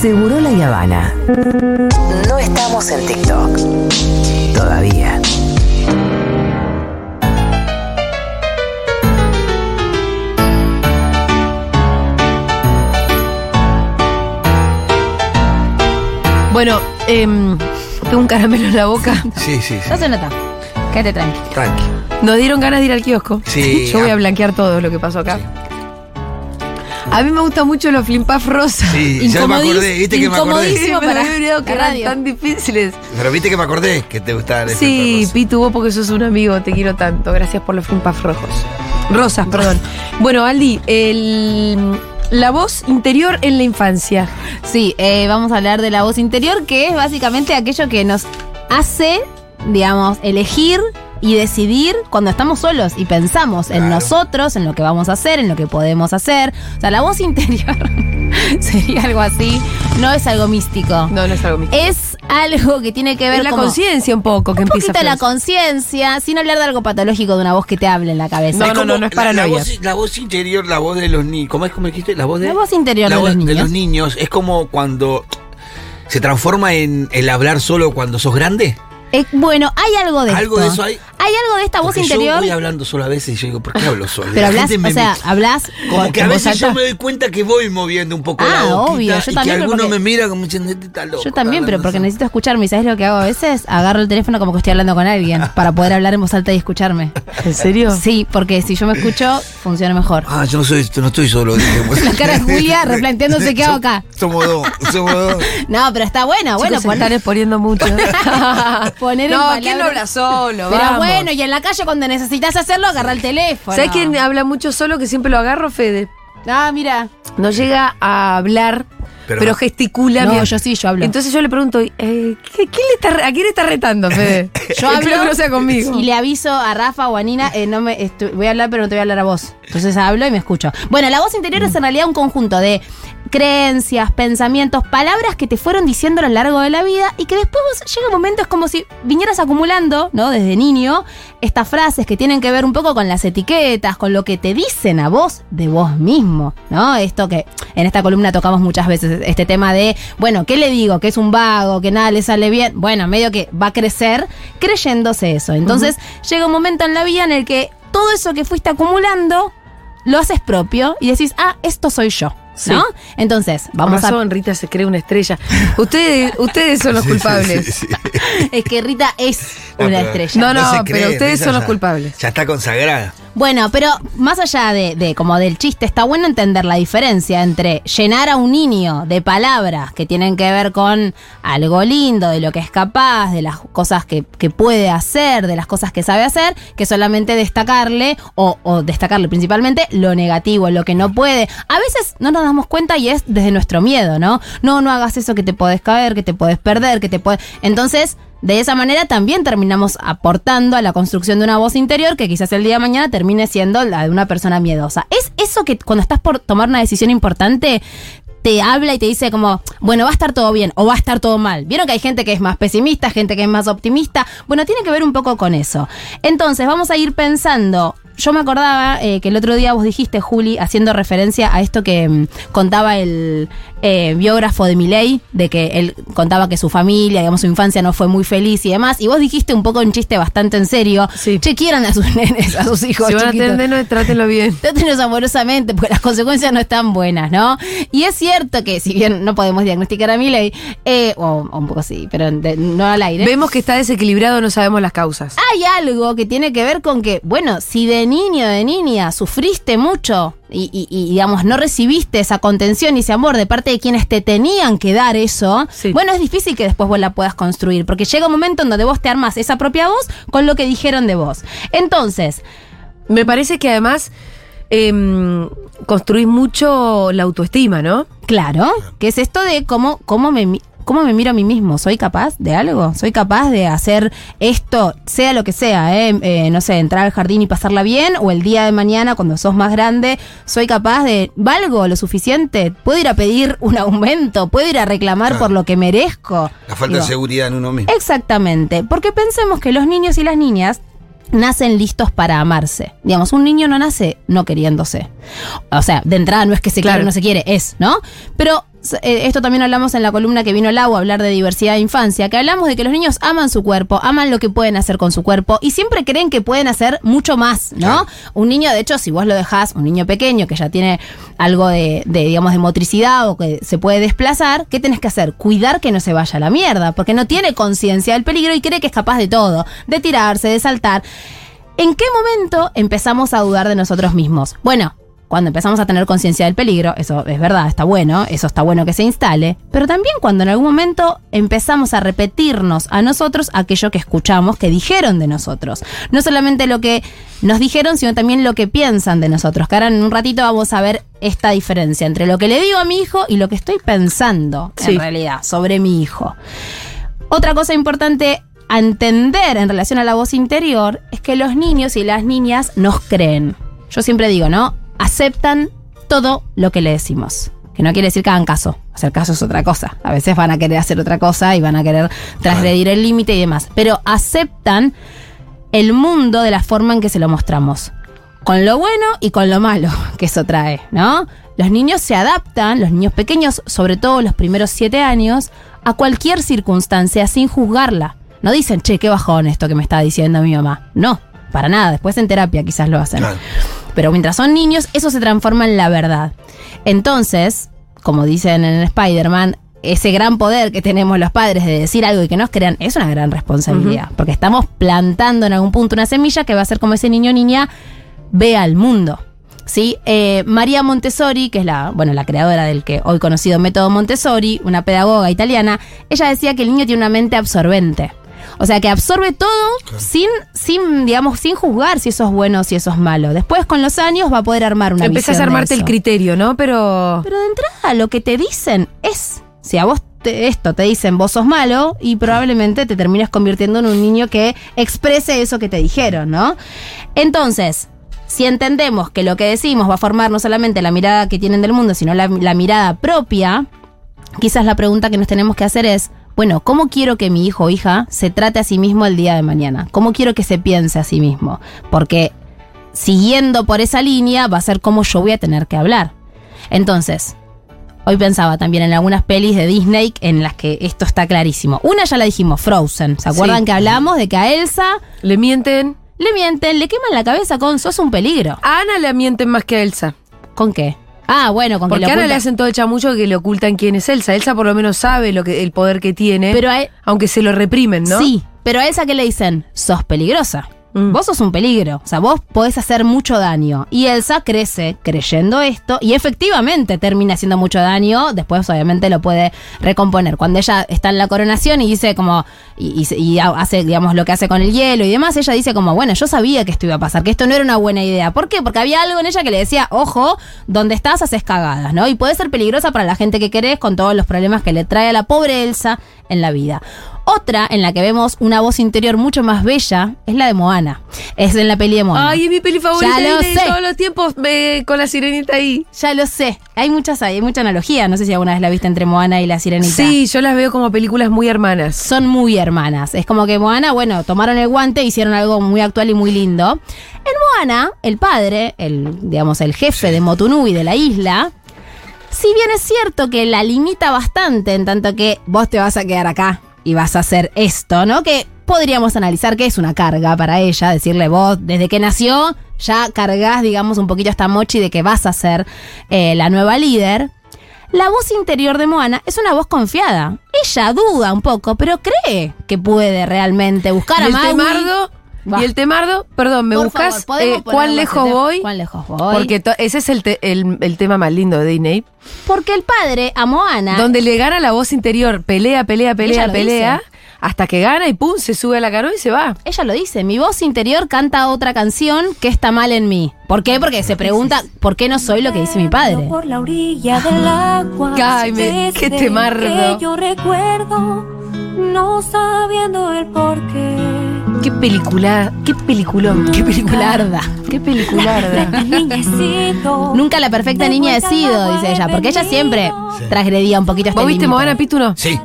Seguro la Habana. No estamos en TikTok. Todavía. Bueno, em, tengo un caramelo en la boca. Sí, sí, sí. No se nota. Quédate tranqui. Tranqui. Nos dieron ganas de ir al kiosco. Sí. Yo voy a blanquear todo lo que pasó acá. A mí me gustan mucho los flimpaf rosa. Sí, ya me Incomodis- acordé, viste que me acordé. incomodísimo me para había olvidado que la eran radio. tan difíciles. Pero viste que me acordé que te gustaban esas Sí, cosas. Pitu, vos porque sos un amigo, te quiero tanto. Gracias por los flimpaf rojos. Rosas, perdón. Bueno, Aldi, el- la voz interior en la infancia. Sí, eh, vamos a hablar de la voz interior, que es básicamente aquello que nos hace, digamos, elegir y decidir cuando estamos solos y pensamos en Claro. nosotros, en lo que vamos a hacer, en lo que podemos hacer. O sea, la voz interior sería algo así, no es algo místico. No, no es algo mío. Es algo que tiene que ver Es la como- conciencia un poco que Eh, un empieza poquito a la florecer. conciencia, sin hablar de algo patológico de una voz que te hable en la cabeza. No, no, como no, no es la- La, paranoia. voz, la voz interior, la voz de los niños. ¿Cómo es como dijiste? La voz de La voz interior la de voz los niños. niños es como cuando se transforma en el hablar solo cuando sos grande. Eh, bueno, hay algo de Algo de esto. eso hay. algo de esta voz Porque interior. Yo voy hablando solo a veces y yo digo, ¿por qué hablo solo? Pero La hablas, gente me- o sea, me- hablas como que a con veces voz yo alta. me doy cuenta que voy moviendo un poco Ah, la boquita obvio, yo y también, que pero alguno me porque- mira como diciendo, "Este está loco. Yo también, pero porque necesito necesito escucharme. ¿Y sabes lo que hago a veces? Agarro el teléfono como que estoy hablando con alguien para poder hablar en voz alta y escucharme. ¿En serio? Sí, porque si yo me escucho, funciona mejor. Ah, yo no, soy, no estoy solo. dije, pues. La cara de Julia replanteándose qué hago acá. Somos dos, somos dos. No, pero está bueno, bueno, Chicos, se pon- están exponiendo mucho. poner en no, palabras- ¿quién no habla solo? Pero Vamos. bueno, y en la calle cuando necesitas hacerlo, agarra el teléfono. ¿Sabes quién habla mucho solo que siempre lo agarro, Fede? Ah, mira. No llega a hablar, pero, Pero- gesticula. No, mira. yo sí, yo hablo. Entonces yo le pregunto, eh, ¿qué- quién le está re- ¿a quién le está retando, Fede? Yo Espero hablo que no sea conmigo. Y le aviso a Rafa o a Nina, eh, no me estu- voy a hablar, pero no te voy a hablar a vos. Entonces hablo y me escucho. Bueno, la voz interior es en realidad un conjunto de creencias, pensamientos, palabras que te fueron diciendo a lo largo de la vida y que después vos llega un momento, es como si vinieras acumulando, ¿no? Desde niño, estas frases que tienen que ver un poco con las etiquetas, con lo que te dicen a vos de vos mismo, ¿no? Esto que en esta columna tocamos muchas veces, este tema de, bueno, ¿qué le digo? Que es un vago, que nada le sale bien. Bueno, medio que va a crecer creyéndose eso. Entonces llega un momento en la vida en el que todo eso que fuiste acumulando lo haces propio y decís, ah, esto soy yo, Sí. ¿no? Entonces, vamos a... Razón, Rita se cree una estrella. Ustedes, ustedes son los culpables. Es que Rita es No, Ah, una pero- estrella. No, no, se pero cree, ustedes Rita son los ya- culpables. Ya está consagrada. Bueno, pero más allá de, de como del chiste, está bueno entender la diferencia entre llenar a un niño de palabras que tienen que ver con algo lindo, de lo que es capaz, de las cosas que, que puede hacer, de las cosas que sabe hacer, que solamente destacarle o, o destacarle principalmente lo negativo, lo que no puede. A veces no nos damos cuenta y es desde nuestro miedo, ¿no? No, no hagas eso que te podés caer, que te podés perder, que te podés... Entonces... De esa manera también terminamos aportando a la construcción de una voz interior que quizás el día de mañana termine siendo la de una persona miedosa. Es eso que cuando estás por tomar una decisión importante te habla y te dice como, bueno, va a estar todo bien o va a estar todo mal. Vieron que hay gente que es más pesimista, gente que es más optimista. Bueno, tiene que ver un poco con eso. Entonces, vamos a ir pensando. Yo me acordaba eh, que el otro día vos dijiste, Juli, haciendo referencia a esto que mm, contaba el eh, biógrafo de Milei, de que él contaba que su familia, digamos, su infancia no fue muy feliz y demás. Y vos dijiste un poco un chiste bastante en serio. Sí. Che, quieran a sus nenes, a sus hijos. Si van a chiquitos. atender, no, trátenlo bien. Trátenos amorosamente, porque las consecuencias no están buenas, ¿no? Y es cierto que, si bien no podemos diagnosticar a Miley, eh, o, o un poco sí, pero de- no al aire. Vemos que está desequilibrado, no sabemos las causas. hay algo que tiene que ver con que, bueno, si de niño de niña sufriste mucho y, y- y, digamos, no recibiste esa contención y ese amor de parte de quienes te tenían que dar eso, Sí. bueno, es difícil que después vos la puedas construir, porque llega un momento en donde vos te armas esa propia voz con lo que dijeron de vos. Entonces, Me parece que además em, construís mucho la autoestima, ¿no? Claro, que es esto de cómo, cómo me... mi- ¿Cómo me miro a mí mismo? ¿Soy capaz de algo? ¿Soy capaz de hacer esto, sea lo que sea? eh? Eh, no sé, entrar al jardín y pasarla bien, o el día de mañana cuando sos más grande, ¿soy capaz de, valgo lo suficiente? ¿Puedo ir a pedir un aumento? ¿Puedo ir a reclamar Claro. por lo que merezco? La falta Digo, de seguridad en uno mismo. Exactamente, porque pensemos que los niños y las niñas nacen listos para amarse. Digamos, un niño no nace no queriéndose. O sea, de entrada no es que se quiere Claro. o no se quiere, es, ¿no? Pero eh, esto también hablamos en la columna que vino Lau a hablar de diversidad de infancia, que hablamos de que los niños aman su cuerpo, aman lo que pueden hacer con su cuerpo y siempre creen que pueden hacer mucho más, ¿no? Un niño, de hecho, si vos lo dejás, un niño pequeño que ya tiene algo de, de, digamos, de motricidad o que se puede desplazar, ¿qué tenés que hacer? Cuidar que no se vaya a la mierda, porque no tiene conciencia del peligro y cree que es capaz de todo, de tirarse, de saltar. ¿En qué momento empezamos a dudar de nosotros mismos? Bueno, cuando empezamos a tener conciencia del peligro, eso es verdad, está bueno, eso está bueno que se instale, pero también cuando en algún momento empezamos a repetirnos a nosotros aquello que escuchamos, que dijeron de nosotros. No solamente lo que nos dijeron, sino también lo que piensan de nosotros, que ahora en un ratito vamos a ver esta diferencia entre lo que le digo a mi hijo y lo que estoy pensando Sí. en realidad sobre mi hijo. Otra cosa importante a entender en relación a la voz interior es que los niños y las niñas nos creen. Yo siempre digo, ¿no? Aceptan todo lo que le decimos. Que no quiere decir que hagan caso. Hacer caso es otra cosa. A veces van a querer hacer otra cosa y van a querer transgredir el límite y demás. Pero aceptan el mundo de la forma en que se lo mostramos. Con lo bueno y con lo malo que eso trae, ¿no? Los niños se adaptan, los niños pequeños, sobre todo los primeros siete años, a cualquier circunstancia sin juzgarla. No dicen, che, qué bajón esto que me está diciendo mi mamá. No, para nada. Después en terapia quizás lo hacen. Claro. Pero mientras son niños, eso se transforma en la verdad. Entonces, como dicen en Spider-Man, ese gran poder que tenemos los padres de decir algo y que nos crean es una gran responsabilidad. Porque estamos plantando en algún punto una semilla que va a ser como ese niño o niña vea al mundo. ¿sí? Eh, María Montessori, que es la, bueno, la creadora del que hoy conocido método Montessori, una pedagoga italiana, ella decía que el niño tiene una mente absorbente. O sea, que absorbe todo sin, sin, digamos, sin juzgar si eso es bueno o si eso es malo. Después, con los años, va a poder armar una Empezás visión a de armarte el eso. criterio, ¿no? Pero. Pero de entrada, lo que te dicen es. Si a vos te- esto te dicen vos sos malo y probablemente te termines convirtiendo en un niño que exprese eso que te dijeron, ¿no? Entonces. Si entendemos que lo que decimos va a formar no solamente la mirada que tienen del mundo, sino la, la mirada propia, quizás la pregunta que nos tenemos que hacer es, bueno, ¿cómo quiero que mi hijo o hija se trate a sí mismo el día de mañana? ¿Cómo quiero que se piense a sí mismo? Porque siguiendo por esa línea va a ser como yo voy a tener que hablar. Entonces, hoy pensaba también en algunas pelis de Disney en las que esto está clarísimo. Una ya la dijimos, Frozen. ¿Se acuerdan Sí. que hablamos de que a Elsa Le mienten. le mienten, le queman la cabeza con sos un peligro? A Ana le mienten más que a Elsa. ¿Con qué? Ah, bueno, con que Porque le a Ana le ocultan. hacen todo el chamullo que le ocultan quién es Elsa. Elsa por lo menos sabe lo que, el poder que tiene. Pero a e- él- aunque se lo reprimen, ¿no? Sí, pero a esa que le dicen, sos peligrosa. Mm. Vos sos un peligro, o sea, vos podés hacer mucho daño. Y Elsa crece creyendo esto y efectivamente termina haciendo mucho daño, después obviamente lo puede recomponer. Cuando ella está en la coronación y dice como, y, y- y hace, digamos, lo que hace con el hielo y demás, ella dice como, bueno, yo sabía que esto iba a pasar, que esto no era una buena idea. ¿Por qué? Porque había algo en ella que le decía, ojo, donde estás haces cagadas, ¿no? Y puede ser peligrosa para la gente que querés con todos los problemas que le trae a la pobre Elsa en la vida. Otra en la que vemos una voz interior mucho más bella es la de Moana. Es en la peli de Moana. Ay, es mi peli favorita Ya lo de sé. todos los tiempos me- con la sirenita ahí. Ya lo sé. Hay muchas hay mucha analogía. No sé si alguna vez la viste entre Moana y la sirenita. Sí, yo las veo como películas muy hermanas. Son muy hermanas. Es como que Moana, bueno, tomaron el guante, hicieron algo muy actual y muy lindo. En Moana, el padre, el, digamos, el jefe de Motunui de la isla, si bien es cierto que la limita bastante, en tanto que vos te vas a quedar acá y vas a hacer esto, ¿no? Que podríamos analizar que es una carga para ella, decirle vos, desde que nació, ya cargas, digamos, un poquito esta mochi de que vas a ser eh, la nueva líder. La voz interior de Moana es una voz confiada. Ella duda un poco, pero cree que puede realmente buscar Y a el Maui. temardo, Va. y el temardo, perdón, ¿me Por buscas favor, ¿podemos cuán ponerlo lejos ese tema? voy? ¿Cuán lejos voy? Porque to- ese es el, te- el- el tema más lindo de Disney. Porque el padre a Moana. Donde le gana la voz interior, pelea, pelea, pelea, lo pelea, dice. hasta que gana y pum, se sube a la canoa y se va. Ella lo dice, mi voz interior canta otra canción que está mal en mí. ¿Por qué? Porque se pregunta, ¿por qué no soy lo que dice mi padre? Por la orilla del agua. Ay, me- qué Desde temardo. que yo recuerdo, no sabiendo el porqué. Qué película, qué peliculón, Qué pelicularda. qué pelicularda. Niñecito. Nunca la perfecta niña he sido, dice ella, porque ella siempre transgredía un poquito este ¿Vos viste límite. Moana Pituno? Sí.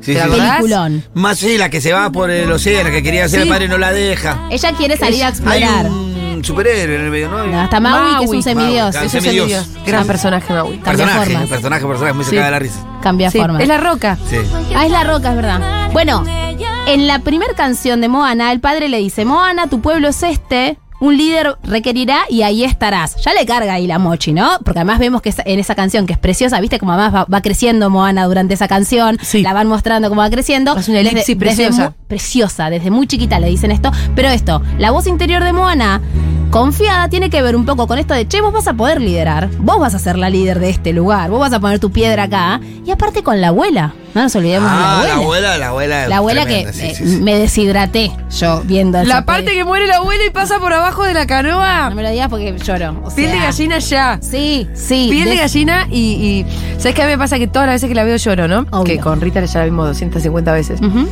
Sí, ¿Te sí, acordás? sí. Peliculón. Más sí, la que se va por el océano, la que quería hacer Sí. el padre no la deja. Ella quiere salir a Hay explorar. un- un superhéroe en el medio, ¿no? No, hasta Maui, que es Maui. un semidios. Maui, Es un Semidios. semidios. Gran personaje, Maui. Cambia Personaje, formas. personaje, personaje, me Sí. sacaba de la risa. Cambia Sí, forma. es la roca. Sí. Ah, es la roca, es verdad. Bueno, en la primera canción de Moana, el padre le dice, Moana, tu pueblo es este, un líder requerirá y ahí estarás. Ya le carga ahí la mochi, ¿no? Porque además vemos que es- en esa canción, que es preciosa, viste como además va, va creciendo Moana durante esa canción, Sí. la van mostrando cómo va creciendo. Es una elipsis preciosa. mu- preciosa, desde muy chiquita le dicen esto. Pero esto, la voz interior de Moana, confiada, tiene que ver un poco con esto de, che, vos vas a poder liderar, vos vas a ser la líder de este lugar, vos vas a poner tu piedra acá. Y aparte con la abuela, no nos olvidemos Ah, de la abuela, la abuela. la abuela tremenda, que sí, eh, sí, sí. me deshidraté yo viendo esa La parte peli. que muere la abuela y pasa por abajo de la canoa. No me lo digas porque lloro. o Piel de sea, gallina ya. Sí, sí. Piel de des- gallina y, y- ¿Sabes qué a mí me pasa? Que todas las veces que la veo lloro, ¿no? Obvio. Mm. Que con Rita ya la vimos 250 veces. Ujú.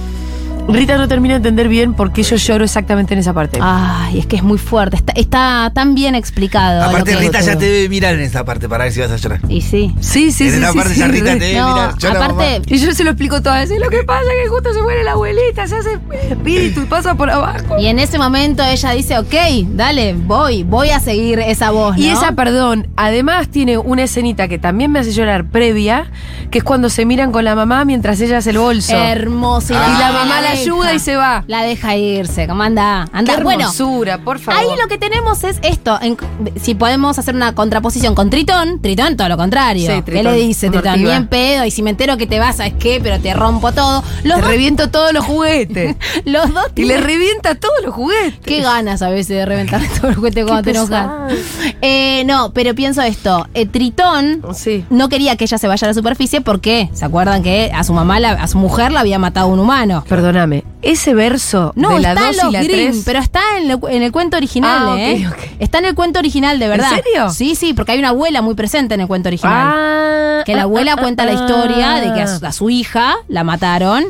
Rita no termina de entender bien por qué yo lloro exactamente en esa parte. Ay, es que es muy fuerte. Está, está tan bien explicado. lo Aparte, que- Rita ya te debe mirar en esta parte para ver si vas a llorar. Y sí. Sí, sí, en sí. esta sí, parte sí, ya Rita re- te debe No, mirar. Llora, aparte- mamá. Y yo se lo explico todas veces. Lo que pasa es que justo se muere la abuelita, se hace espíritu y pasa por abajo. Y en ese momento ella dice, ok, dale, voy, voy a seguir esa voz. Y ¿no? esa, perdón, además tiene una escenita que también me hace llorar previa, que es cuando se miran con la mamá mientras ella hace el bolso. hermosa. y la mamá la ayuda y se va. La Ah, deja irse. ¿Cómo anda? Qué Anda, bueno. hermosura, por favor. Ahí lo que tenemos es esto. en- si podemos hacer una contraposición con Tritón, Tritón todo lo contrario. Sí, ¿Qué Tritón, le dice una Tritón? ortiva. Bien pedo, y si me entero que te vas, ¿sabes qué? Pero te rompo todo. Los Te dos, reviento todos los juguetes. los dos y le tienen- revienta todos los juguetes. Qué ganas a veces de reventar todo el juguete cuando te pesado. enojas. Eh, no, pero pienso esto. eh, Tritón Sí. no quería que ella se vaya a la superficie porque, ¿se acuerdan que a su mamá, la- a su mujer, la había matado un humano? Perdóname, ese verso No, de la está 2 en los y la Grimm, 3. pero está en, lo- en el cuento original, Ah, ok, ¿eh? ok. Está en el cuento original, de verdad. serio? Sí, sí, porque hay una abuela muy presente en el cuento original. Ah, Que la abuela ah, cuenta la ah, historia de que a su, a su hija la mataron.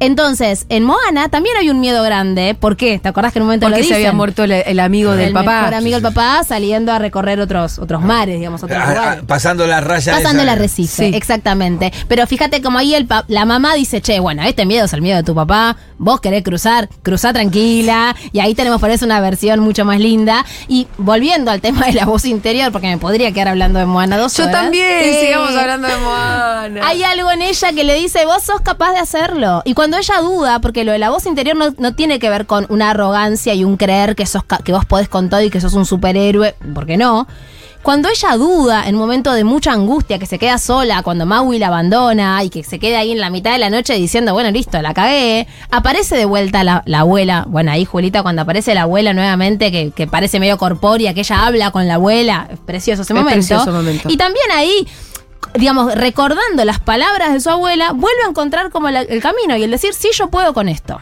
Entonces, en Moana también hay un miedo grande. ¿Por qué? ¿Te acordás que en un momento Porque lo se dicen? había muerto el, el amigo del el papá. mejor amigo del papá saliendo a recorrer otros, otros mares, digamos, otros Ah, ah, lugares. pasando la raya. Pasando el esa. arrecife, Sí. exactamente. Pero fíjate como ahí el pa- la mamá dice, che, bueno, este miedo es el miedo de tu papá, vos querés cruzar, cruzá tranquila. Y ahí tenemos por eso una versión mucho más linda. Y volviendo al tema de la voz interior, porque me podría quedar hablando de Moana 2 Yo también, sigamos ¿Eh? hablando hablando de Moana. hay algo en ella que le dice, vos sos capaz de hacerlo. Y cuando ella duda, porque lo de la voz interior no, no tiene que ver con una arrogancia y un creer que, sos, ca- que vos podés con todo y que sos un superhéroe, porque no. Cuando ella duda en un momento de mucha angustia, que se queda sola, cuando Maui la abandona y que se queda ahí en la mitad de la noche diciendo, bueno, listo, la cagué, aparece de vuelta la, la abuela. Bueno, ahí Julita, cuando aparece la abuela nuevamente, que, que parece medio corpórea, que ella habla con la abuela, es precioso ese Es este momento. precioso momento. Y también ahí digamos, recordando las palabras de su abuela, vuelve a encontrar como la- el camino y el decir, sí, yo puedo con esto.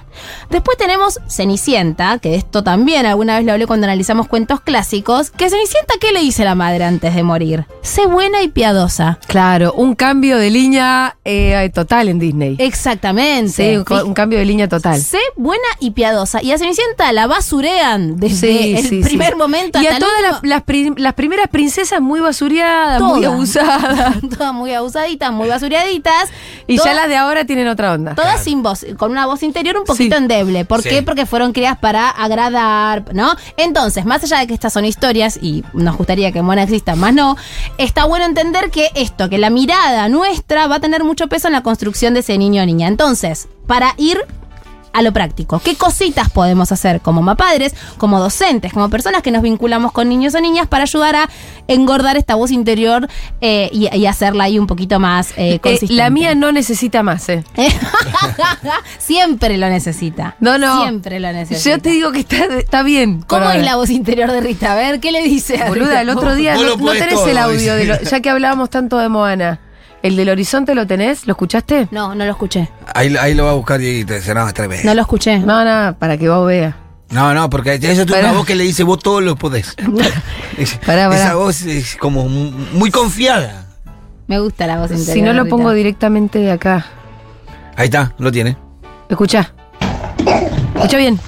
Después tenemos Cenicienta, que de esto también alguna vez lo hablé cuando analizamos cuentos clásicos, que Cenicienta, ¿qué le dice la madre antes de morir? Sé buena y piadosa. Claro, un cambio de línea eh, total en Disney. Sí, Exactamente. un, co- un cambio de línea total. Sé buena y piadosa. Y a Cenicienta la basurean desde Sí, el sí, sí. primer momento Y hasta a el todas último. las, las prim- las primeras princesas muy basureadas, muy Todas. abusadas. Todas muy abusaditas, muy basureaditas. Y Todas- ya las de ahora tienen otra onda. Todas sin voz, con una voz interior un poquito Sí. endeble. ¿Por Sí. qué? Porque fueron creadas para agradar, ¿no? Entonces, más allá de que estas son historias, y nos gustaría que Mona exista, más no, está bueno entender que esto, que la mirada nuestra va a tener mucho peso en la construcción de ese niño o niña. Entonces, para ir a lo práctico. ¿Qué cositas podemos hacer como mapadres, como docentes, como personas que nos vinculamos con niños o niñas para ayudar a engordar esta voz interior eh, y, y hacerla ahí un poquito más eh, Eh, consistente? la mía no necesita más, eh. Siempre lo necesita. No, no. Siempre lo necesita. Yo te digo que está, está bien. por ¿Cómo es ahora. la voz interior de Rita? A ver, ¿qué le dice a Rita? Boluda, el otro día Vos no, lo no podés tenés todo, el audio, de lo- dice. ya que hablábamos tanto de Moana. ¿El del horizonte lo tenés? ¿Lo escuchaste? Oh, No, no lo escuché. Ahí, ahí lo va a buscar Dieguito. Dice, no, es tremendo. No lo escuché. No, no, para que vos veas. No, no, porque ella tiene Pará. una voz que le dice, vos todo lo podés. Es- Pará, pará. Esa voz es como mu- muy confiada. Me gusta la voz interior. Si no de lo Rita. pongo directamente acá. Ahí está, lo tiene. Escucha. Escucha bien.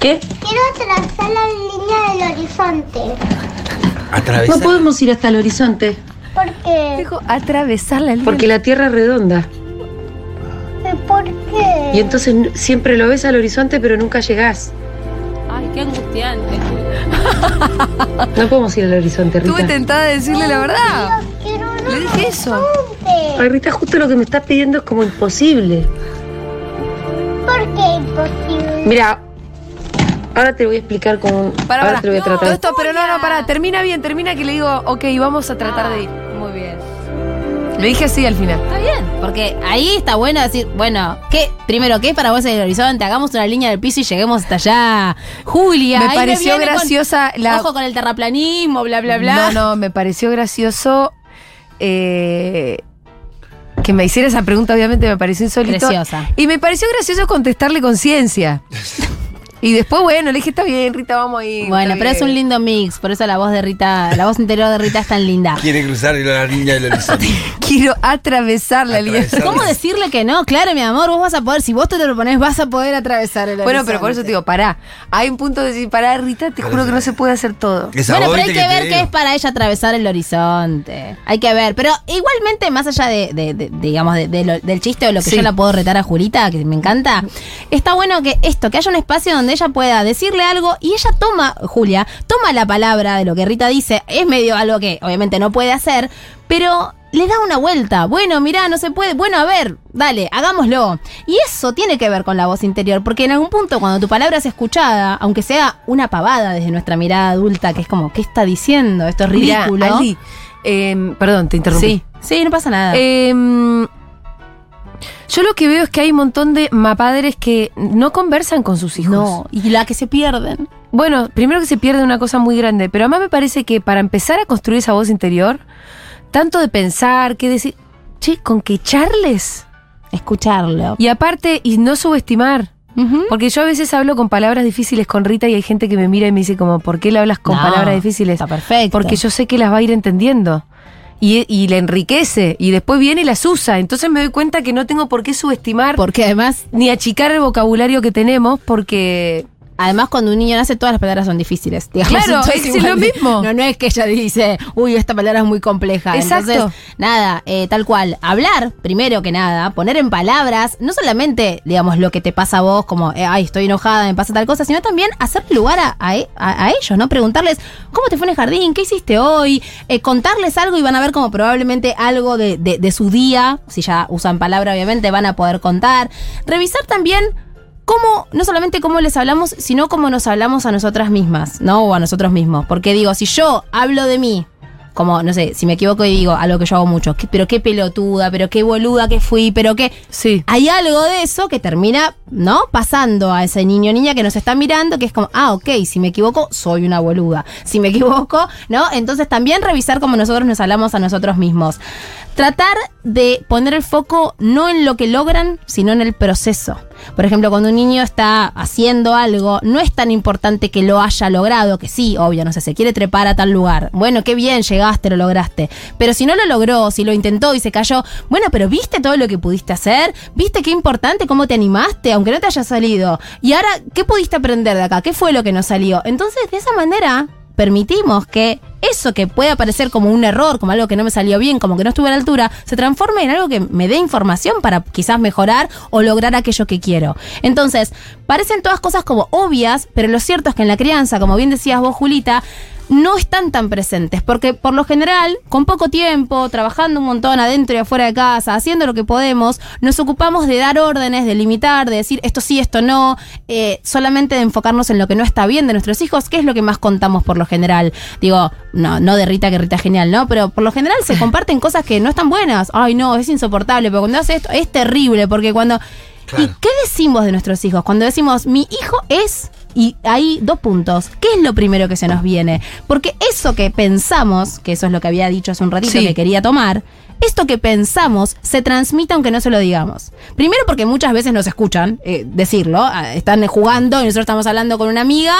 ¿Qué? Quiero trazar la línea del horizonte No Atravesar. podemos ir hasta el horizonte, porque Dijo atravesar la línea. porque la Tierra es redonda. Y porque entonces n- siempre lo ves al horizonte, pero nunca llegás. Ay, qué angustiante. No podemos ir al horizonte, Estuve Rita. tentada de decirle la verdad. Quiero un Le dije eso. horizonte. Ay, Rita, justo lo que me estás pidiendo es como imposible. ¿Por qué imposible? Mira, ahora te voy a explicar cómo. Para, ahora te lo voy a Todo tratar. esto, pero no, no, para. Termina bien, termina que le digo, ok, vamos a tratar de ir. Muy bien. Le dije así al final. Está bien. Porque ahí está bueno decir, bueno, ¿qué? Primero, ¿qué para vos es el horizonte? Hagamos una línea del piso y lleguemos hasta allá. Julia, Me ahí pareció viene con- graciosa la- Ojo con el terraplanismo, bla, bla, bla. No, no, me pareció gracioso eh, que me hiciera esa pregunta, obviamente me pareció insólito. Preciosa. Y me pareció gracioso contestarle conciencia. Y después, bueno, le dije, está bien, Rita, vamos ahí. Bueno, pero es un lindo mix, por eso la voz de Rita, la voz interior de Rita es tan linda. Quiere cruzar la línea del horizonte. Quiero atravesar la línea. Atravesar. ¿Cómo decirle que no? Claro, mi amor, vos vas a poder, si vos te lo pones, vas a poder atravesar el Bueno, pero por eso te digo, pará. Hay un punto de decir, pará, Rita, te juro que no se puede hacer todo. Esa Bueno, boite pero hay que, te ver qué digo. es para ella atravesar el horizonte. Hay que ver. Pero igualmente, más allá de, de- de- digamos, de- de lo- del chiste o lo que Sí. yo la puedo retar a Julita, que me encanta, está bueno que esto, que haya un espacio donde ella pueda decirle algo y ella toma, Julia, toma la palabra de lo que Rita dice. Es medio algo que obviamente no puede hacer, pero le da una vuelta. Bueno, mirá, no se puede. Bueno, a ver, dale, hagámoslo. Y eso tiene que ver con la voz interior, porque en algún punto cuando tu palabra es escuchada, aunque sea una pavada desde nuestra mirada adulta, que es como, ¿qué está diciendo? Esto es Mirá, ridículo. Ali, em, perdón, te interrumpí. sí, sí, no pasa nada. Em, yo lo que veo es que hay un montón de mapadres que no conversan con sus hijos. no, y la que se pierden. Bueno, primero que se pierde una cosa muy grande, pero además me parece que para empezar a construir esa voz interior, tanto de pensar, que decir, che, con que charles. Escucharlo. Y aparte, y no subestimar. Ujú. Porque yo a veces hablo con palabras difíciles con Rita y hay gente que me mira y me dice como, ¿por qué le hablas con No, palabras difíciles? Está perfecto. Porque yo sé que las va a ir entendiendo. Y, y la enriquece. Y después viene y las usa. Entonces me doy cuenta que no tengo por qué subestimar Porque además, ni achicar el vocabulario que tenemos porque... además cuando un niño nace todas las palabras son difíciles. digamos, Claro, entonces es igual lo de- mismo. No, no es que ella dice, uy, esta palabra es muy compleja. Exacto. Entonces, nada, eh, tal cual. Hablar, primero que nada, poner en palabras, no solamente, digamos, lo que te pasa a vos, como, eh, ay, estoy enojada, me pasa tal cosa, sino también hacer lugar a, a- a- a ellos, ¿no? Preguntarles, ¿cómo te fue en el jardín? ¿Qué hiciste hoy? Eh, contarles algo y van a ver como probablemente algo de, de- de su día, si ya usan palabra, obviamente, van a poder contar. Revisar también. Cómo, no solamente cómo les hablamos, sino cómo nos hablamos a nosotras mismas, ¿no? O a nosotros mismos. Porque digo, si yo hablo de mí, como, no sé, si me equivoco y digo algo que yo hago mucho, que- pero qué pelotuda, pero qué boluda que fui, pero qué... Sí. Hay algo de eso que termina, ¿no? Pasando a ese niño o niña que nos está mirando, que es como, ah, ok, si me equivoco, soy una boluda. Si me equivoco, ¿no? Entonces también revisar cómo nosotros nos hablamos a nosotros mismos. Tratar de poner el foco no en lo que logran, sino en el proceso. Por ejemplo, cuando un niño está haciendo algo, no es tan importante que lo haya logrado, que sí, obvio, no sé, se quiere trepar a tal lugar. Bueno, qué bien, llegaste, lo lograste. Pero si no lo logró, si lo intentó y se cayó, bueno, pero viste todo lo que pudiste hacer, viste qué importante, cómo te animaste, aunque no te haya salido. Y ahora, ¿qué pudiste aprender de acá? ¿Qué fue lo que no salió? Entonces, de esa manera, permitimos que eso que puede parecer como un error, como algo que no me salió bien, como que no estuve a la altura, se transforme en algo que me dé información para quizás mejorar o lograr aquello que quiero. Entonces, parecen todas cosas como obvias, pero lo cierto es que en la crianza, como bien decías vos, Julita, no están tan presentes, porque por lo general, con poco tiempo, trabajando un montón adentro y afuera de casa, haciendo lo que podemos, nos ocupamos de dar órdenes, de limitar, de decir esto sí, esto no, eh, solamente de enfocarnos en lo que no está bien de nuestros hijos, que es lo que más contamos por lo general. Digo, no, no de Rita, que Rita es genial, ¿no? Pero por lo general se comparten cosas que no están buenas. Ay, no, es insoportable, pero cuando hace esto es terrible, porque cuando... ¿Y qué decimos de nuestros hijos? Cuando decimos, mi hijo es... Y hay dos puntos. ¿Qué es lo primero que se nos viene? Porque eso que pensamos, que eso es lo que había dicho hace un ratito Sí. que quería tomar, esto que pensamos se transmite aunque no se lo digamos. Primero porque muchas veces nos escuchan eh, decirlo, ah, están jugando y nosotros estamos hablando con una amiga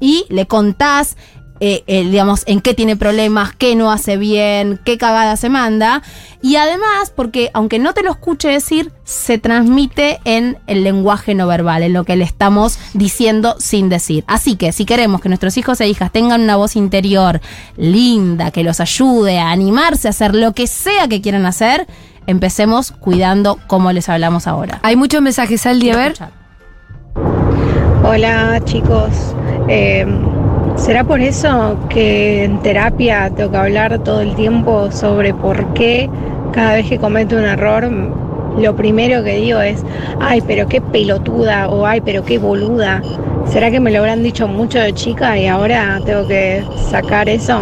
y le contás, eh, eh, digamos, en qué tiene problemas, qué no hace bien, qué cagada se manda. Y además porque aunque no te lo escuche decir, se transmite en el lenguaje no verbal, en lo que le estamos diciendo sin decir. Así que si queremos que nuestros hijos e hijas tengan una voz interior linda, que los ayude a animarse a hacer lo que sea que quieran hacer, empecemos cuidando cómo les hablamos ahora. Hay muchos mensajes al día, a ver. Escuchar. Hola chicos, Eh, ¿Será por eso que en terapia tengo que hablar todo el tiempo sobre por qué cada vez que cometo un error m- lo primero que digo es, ay, pero qué pelotuda o ay, pero qué boluda? ¿Será que me lo habrán dicho mucho de chica y ahora tengo que sacar eso?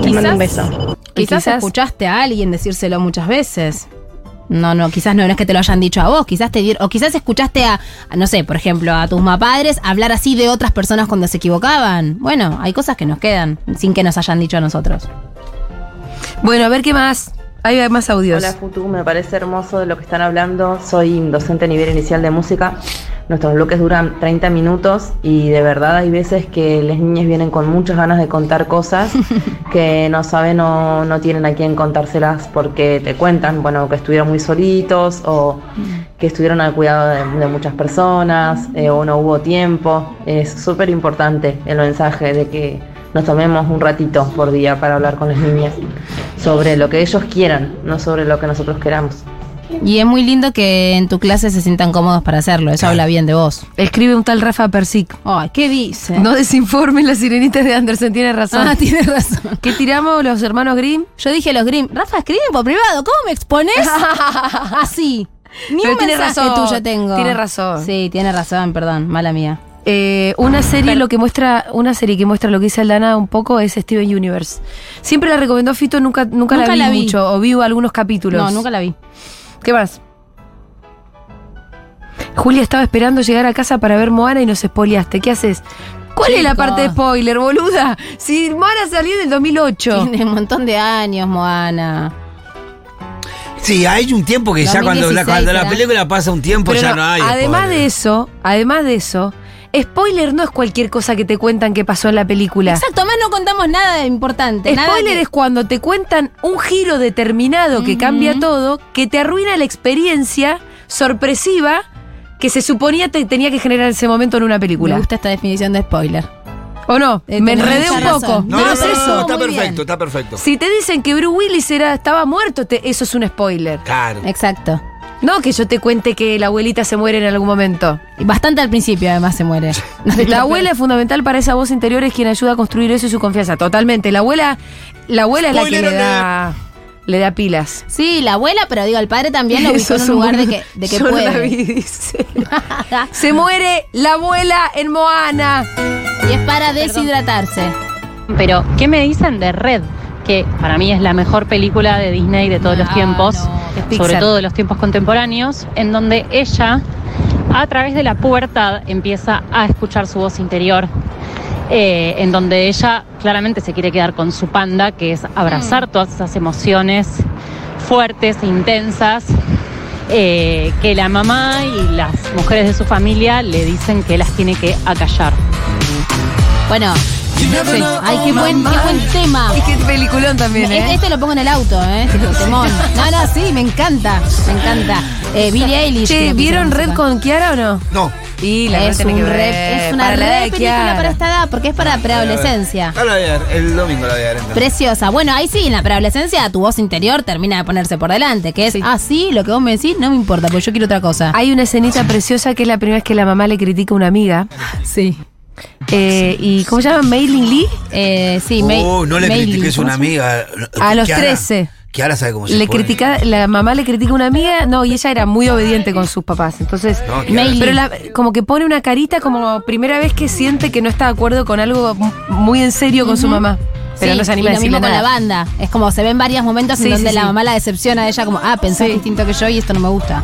Les mando un beso. Quizás, Quizás- escuchaste a alguien decírselo muchas veces. No, no, quizás no, no es que te lo hayan dicho a vos, quizás te dieron- o quizás escuchaste a, a, no sé, por ejemplo, a tus mapadres hablar así de otras personas cuando se equivocaban. Bueno, hay cosas que nos quedan sin que nos hayan dicho a nosotros. Bueno, a ver qué más. Ahí Hay más audios. Hola Futu, me parece hermoso de lo que están hablando. Soy docente a nivel inicial de música. Nuestros bloques duran 30 minutos y de verdad hay veces que las niñas vienen con muchas ganas de contar cosas que no saben o no tienen a quién contárselas porque te cuentan, bueno, que estuvieron muy solitos o que estuvieron al cuidado de, de muchas personas eh, o no hubo tiempo. Es súper importante el mensaje de que nos tomemos un ratito por día para hablar con las niñas sobre lo que ellos quieran, no sobre lo que nosotros queramos. Y es muy lindo que en tu clase se sientan cómodos para hacerlo, eso habla bien de vos. Escribe un tal Rafa Persic. Ay, ¿qué dice? No desinformen las sirenitas de Anderson, tiene razón. ah, tienes razón. ¿Qué tiramos los hermanos Grimm? Yo dije los Grimm, Rafa, escribe por privado, ¿cómo me expones? Así. Ah, Ni Pero un tiene mensaje razón, tuyo tengo. tiene razón. Sí, tiene razón, perdón, mala mía. Eh, una serie lo que muestra, una serie que muestra lo que dice Aldana un poco es Steven Universe. Siempre la recomendó Fito, nunca, nunca, Nunca la, la vi vi. mucho, o vi algunos capítulos. No, nunca la vi. ¿Qué más? Julia estaba esperando llegar a casa para ver Moana y nos espoliaste. ¿Qué haces? ¿Cuál es la Chicos. parte de spoiler, boluda? Si Moana salió en el 2008. Tiene un montón de años, Moana. Sí, hay un tiempo que ya cuando la, 2016 cuando la será. película pasa un tiempo Pero Pues ya no, no, hay. además spoiler. de eso, además de eso, spoiler no es cualquier cosa que te cuentan que pasó en la película. Exacto, más no contamos nada de importante. nada Spoiler que- es cuando te cuentan un giro determinado que cambia todo, que te arruina la experiencia sorpresiva que se suponía te tenía que generar ese momento en una Me película. gusta esta definición de spoiler. ¿O no? Eh, Me tenés enredé mucha un poco. razón. No, pero no, es no, no, eso. muy está bien. perfecto, está perfecto. Si te dicen que Bruce Willis era, estaba muerto, te- eso es un spoiler. Claro. Exacto. No que yo te cuente que la abuelita se muere en algún momento. Y Bastante al principio, además, se muere. La abuela es fundamental para esa voz interior, es quien ayuda a construir eso y su confianza. Totalmente. La abuela, la abuela es la que Spoiler le da, le da pilas. Sí, la abuela, pero digo, el padre también lo Eso ubicó en es un lugar de buen- que, de que yo no la puede. vi, dice. Se muere la abuela en Moana. y es para deshidratarse. Pero, ¿qué me dicen de Red? Que para mí es la mejor película de Disney de todos los Ah, tiempos, no. Es sobre Pixar. todo de los tiempos contemporáneos, en donde ella, a través de la pubertad, empieza a escuchar su voz interior, eh, en donde ella claramente se quiere quedar con su panda, que es abrazar todas esas emociones fuertes e intensas. eh, que la mamá y las mujeres de su familia le dicen que las tiene que acallar. Bueno, sí. ay, qué buen, qué buen tema. Y qué peliculón también, Me- ¿eh? Este lo pongo en el auto, ¿eh? Tipo, temón. No, no, sí, me encanta. Me encanta. Eh, Billie Eilish. creo Che, que ¿vieron hizo Red música. con Kiara o no? No. Y es, un re- es una re película para esta edad, porque es para preadolescencia. Ah, la voy a ver, el domingo la voy a ver, entonces. Preciosa. Bueno, ahí sí, en la preadolescencia tu voz interior termina de ponerse por delante, que es Sí. así, lo que vos me decís no me importa, porque yo quiero otra cosa. Hay una escenita preciosa que es la primera vez que la mamá le critica a una amiga. sí. Eh, ¿Y cómo se llama? ¿Mailing Lee? Eh, sí, me- Oh, no le Meili, critiques a ¿cómo una se llama? amiga. A los Kiara- 13. Kiara sabe cómo se Le pone. critica, la mamá le critica a una amiga, no, y ella era muy obediente con sus papás. Entonces, No, Kiara. Meili. pero la- como que pone una carita como primera vez que siente que no está de acuerdo con algo m- muy en serio con su mamá. Pero Sí, no se anima y a lo decirle mismo con la nada. banda. Es como se ven varios momentos Sí, en donde sí, la sí. mamá la decepciona a ella como, ah, pensás distinto que yo y esto no me gusta.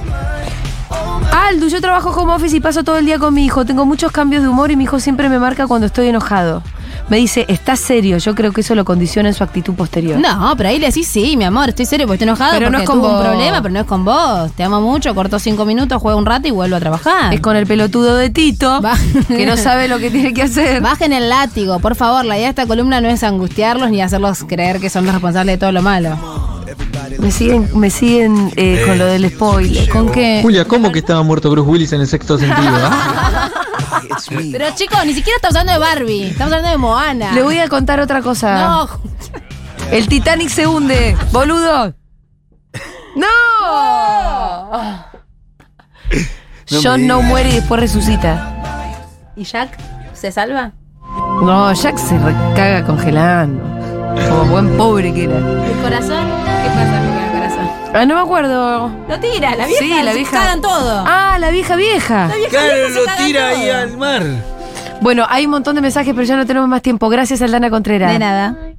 Aldu, yo trabajo home office y paso todo el día con mi hijo. Tengo muchos cambios de humor y mi hijo siempre me marca cuando estoy enojado. Me dice, ¿estás serio? Yo creo que eso lo condiciona en su actitud posterior. No, pero ahí le decís, sí, mi amor, estoy serio porque estoy enojado Pero no porque es con tuve vos. un problema, pero no es con vos. Te amo mucho, corto cinco minutos, juego un rato y vuelvo a trabajar. Es con el pelotudo de Tito, Va. que no sabe lo que tiene que hacer. Bajen el látigo, por favor. La idea de esta columna no es angustiarlos ni hacerlos creer que son los responsables de todo lo malo. Me siguen, me siguen eh, con lo del spoiler. ¿Con qué? Julia, ¿cómo que estaba muerto Bruce Willis en el sexto sentido? Pero chicos, ni siquiera estamos hablando de Barbie, estamos hablando de Moana. Le voy a contar otra cosa. No, El Titanic se hunde, boludo. ¡No! No me John no digas. muere y después resucita. ¿y Jack se salva? No, Jack se caga congelando. Como buen pobre que era. ¿El corazón? ¿Qué pasa con el corazón? Ah, no me acuerdo. Lo tira, la vieja. Sí, la se vieja. cagan todo. Ah, la vieja vieja. La vieja Claro, vieja se lo cagan tira todo. ahí al mar. Ah. Bueno, hay un montón de mensajes, pero ya no tenemos más tiempo. Gracias, Aldana Contreras. De nada.